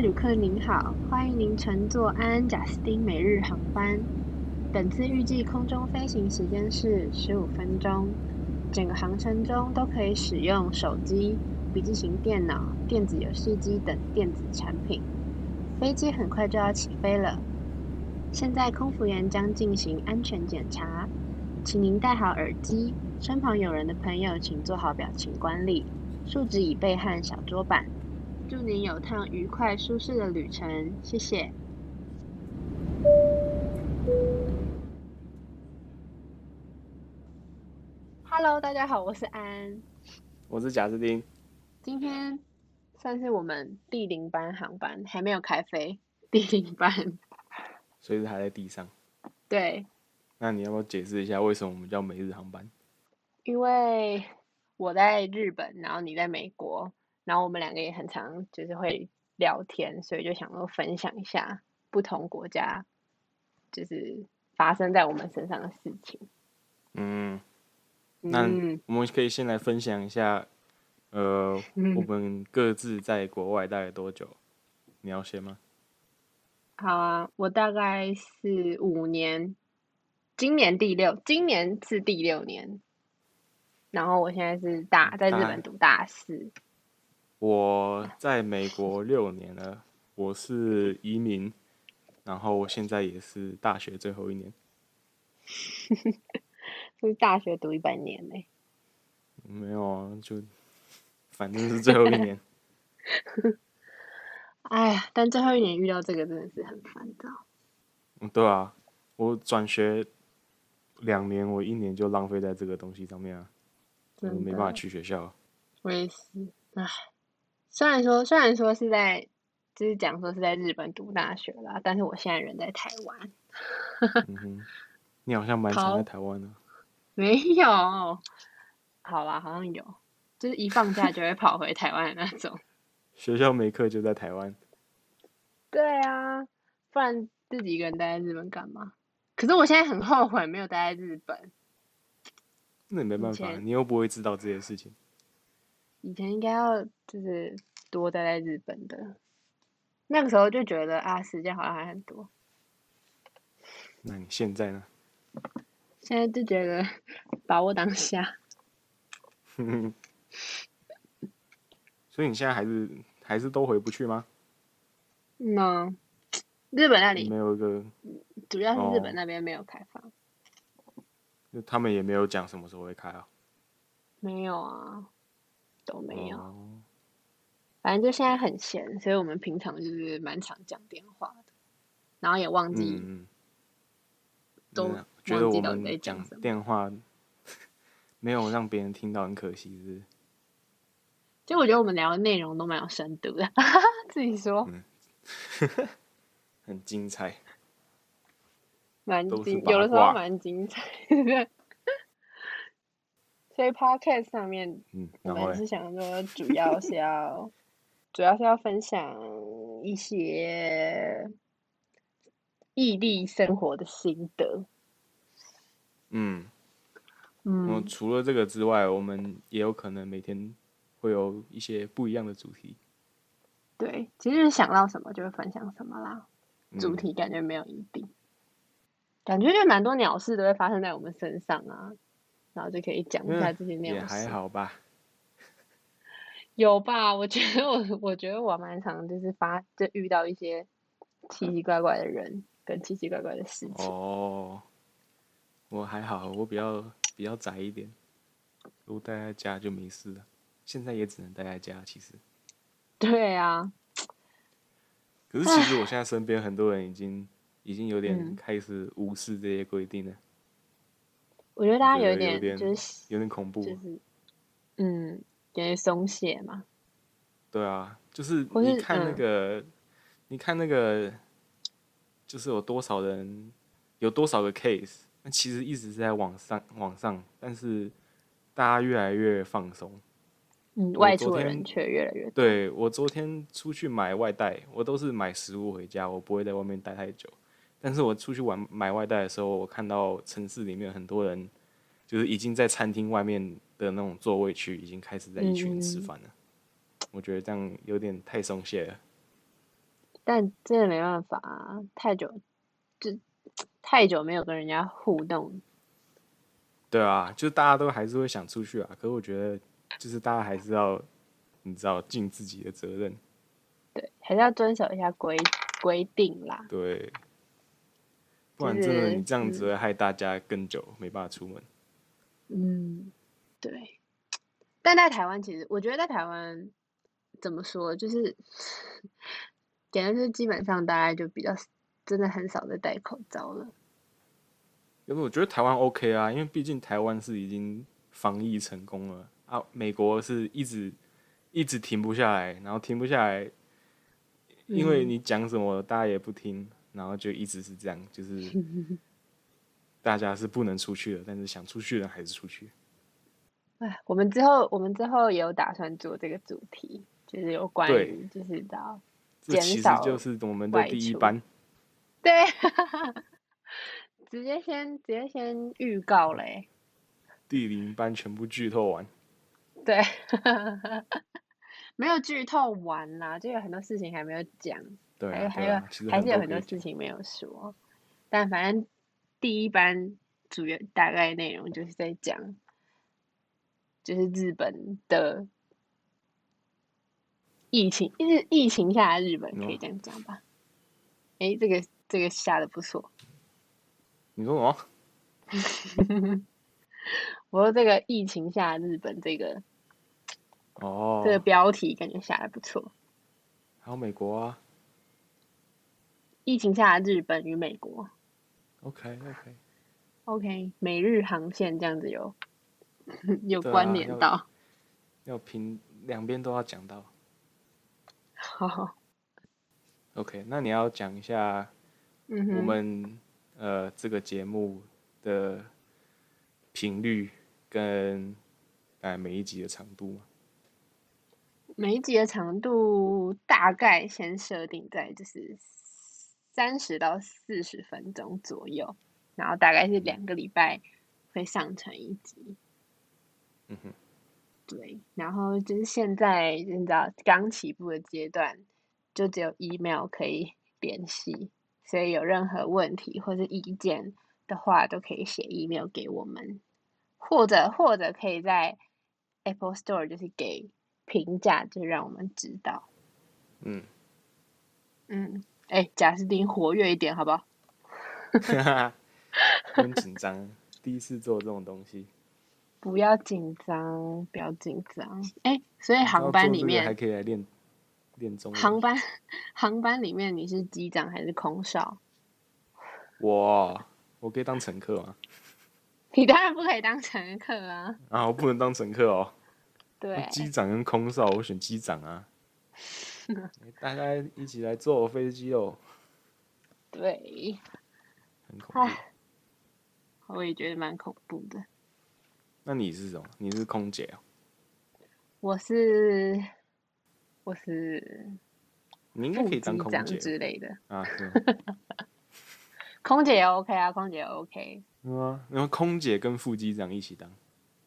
旅客您好，欢迎您乘坐安安贾斯汀每日航班。本次预计空中飞行时间是十五分钟，整个航程中都可以使用手机、笔记型电脑、电子游戏机等电子产品。飞机很快就要起飞了，现在空服员将进行安全检查，请您戴好耳机，身旁有人的朋友请做好表情管理，竖直椅背和小桌板。祝您有趟愉快舒适的旅程，谢谢。Hello，大家好，我是安。我是贾斯汀。今天算是我们第零班航班，还没有开飞， 第零班。所以是还在地上。对，那你要不要解释一下为什么我们叫每日航班？因为我在日本，然后你在美国，然后我们两个也很常就是会聊天，所以就想说分享一下不同国家就是发生在我们身上的事情。嗯，那嗯，我们可以先来分享一下，呃，嗯我们各自在国外待了多久？你要先吗？好啊，我大概是五年，今年第六，今年是第六年。然后我现在是大在日大本读大四，我在美国六年了，我是移民，然后我现在也是大学最后一年。就是大学读一半年呢、没有啊，就反正是最后一年。 哎呀，但最后一年遇到这个真的是很烦躁。嗯，对啊，我转学两年，我一年就浪费在这个东西上面啊，我真没的办法去学校。啊我也是，唉，虽然说虽然说是在，就是讲说是在日本读大学啦，但是我现在人在台湾，嗯哼，你好像蛮常好在台湾的、啊，没有，好啦，好像有，就是一放假就会跑回台湾的那种。学校没课就在台湾。 对啊，不然自己一个人待在日本干嘛？可是我现在很后悔没有待在日本，那也没办法，前你又不会知道这些事情。以前应该要就是多待在日本的，那个时候就觉得啊，时间好像还很多。那你现在呢？ 现在就觉得 把握当下，所以你现在还是还是都回不去吗？嗯啊、日本那里没有一个，主要是日本哦那边没有开放，就他们也没有讲什么时候会开啊。没有啊，都没有。哦反正就现在很闲，所以我们平常就是蛮常讲电话的，然后也忘记、嗯，都真的觉得忘记我到底在们讲讲什么电话 没有让别人听到，很可惜是不是。就我觉得我们聊的内容都蛮有深度的， 自己说嗯很精彩。蛮都是精，八有的时候卦蛮精彩的。 所以 podcast 上面嗯，我然后们嘞是想说，主要是要，主要是要分享一些异地生活的心得。嗯，我嗯，除了这个之外，我们也有可能每天会有一些不一样的主题。对，其实想到什么就会分享什么啦。嗯、主题感觉没有一定，感觉就蛮多鸟事都会发生在我们身上啊，然后就可以讲一下嗯这些鸟也事。还好吧。有吧？我觉得我，我觉得我蛮常就是发，就遇到一些奇奇怪怪的人跟奇奇怪怪的事情。哦，我还好，我比较比较宅一点，如果待在家就没事了。现在也只能待在家，其实。对啊，可是其实我现在身边很多人已经已经有嗯点开始无视这些规定了，我觉得大家觉有得有点就点是有点恐怖。就是，嗯，有点松懈嘛。对啊，就是或你是看那嗯个，你看那个，就是有多少人，有多少个 case，那其实一直是在往上往上，但是大家越来越放松。嗯，我外昨出的人天却越来越多。对我昨天出去买外带，我都是买食物回家，我不会在外面待太久。但是我出去玩买外带的时候，我看到城市里面很多人，就是已经在餐厅外面的那种座位区，已经开始在一群人吃嗯饭了。我觉得这样有点太松懈了。但真的没办法啊，太久，就太久没有跟人家互动，对啊，就大家都还是会想出去啊，可是我觉得就是大家还是要你知道尽自己的责任，对，还是要遵守一下规规定啦。对，不然真的就是你这样子会害大家更久没办法出门。嗯，对。但在台湾，其实我觉得在台湾怎么说，就是 简单就是基本上大家就比较真的很少在戴口罩了。可是我觉得台湾 OK 啊，因为毕竟台湾是已经防疫成功了啊，美国是一直一直停不下来，然后停不下来，因为嗯你讲什么大家也不听，然后就一直是这样，就是 大家是不能出去的，但是想出去的人还是出去。哎，我们之后我们之后也有打算做这个主题，就是有关对于就是知道这减其实少就是我们的外第一出班，对， 直接先直接先预告嘞，第零班全部剧透完。对， 没有剧透完啦，就有很多事情还没有讲。对还有啊，还对有啊，其实还是有可很多以讲事情没有说，但反正第一班主要大概内容就是在讲，就是日本的疫情，就是疫情下的日本，可以嗯这样讲吧？诶，这个这个下的不错，你说什么？我说这个疫情下的日本这个哦，这个标题感觉下的不错，还有美国啊疫情下的日本与美国，OK OK， ，OK，美日航线这样子有 有对关啊联要到。 要平两边都要讲到。好， OK，那你要讲一下嗯我哼。们、呃这个节目的频率跟呃每一集的长度吗？每一集的长度大概先设定在就是三十到四十分钟左右，然后大概是两个礼拜会上传一集。嗯哼，对，然后就是现在就是你知道刚起步的阶段，就只有 email 可以联系，所以有任何问题或是意见的话，都可以写 email 给我们，或者或者可以在 Apple Store 就是给评价，就让我们知道。嗯， 嗯，哎，贾斯汀活跃一点好不好？有点紧张，第一次做这种东西。不要紧张，不要紧张。哎，所以然 后航做班这里个还面，可以来练练中文。航班 航班里面你是机长还是空少？我我可以当乘客吗？你当然不可以当乘客啊！啊，我不能当乘客哦。对，机长跟空少，我选机 长啊。大家一起来坐我飞机哦，对，很恐怖。唉， 我也觉得蛮恐怖的。那你是什么？你是空姐哦？我是我是你应该副可以机当空长姐之类的， 啊？是吗？空姐也 OK 啊，空姐也 OK。是吗？然后空姐跟副机长一起当，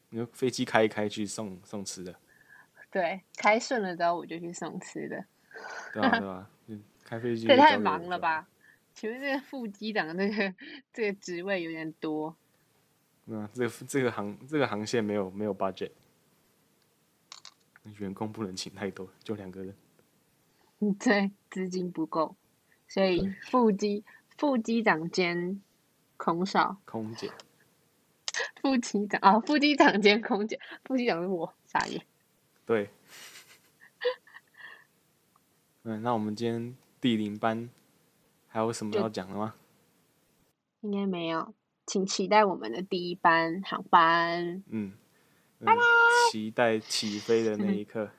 你说飞机开一开去送送吃的，对，开顺了之后我就去送吃的，对吧、对吧、 嗯，开飞机这也就太交给忙我了就好？吧？请问这个副机长这个这个职位有点多， 那这个这个航这个航线没有没有 budget，员工不能请太多，就两个人。嗯对，资金不够，所以对副机副机长兼空少，空姐，副机长啊，副机长兼空姐，副机长是我，傻眼。对。嗯，那我们今天第零班还有什么就要讲的吗？应该没有，请期待我们的第一班航班。嗯，嗯期待起飞的那一刻。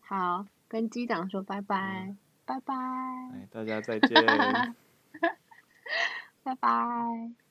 好，跟机长说拜拜，拜拜，哎哎，大家再见。拜拜。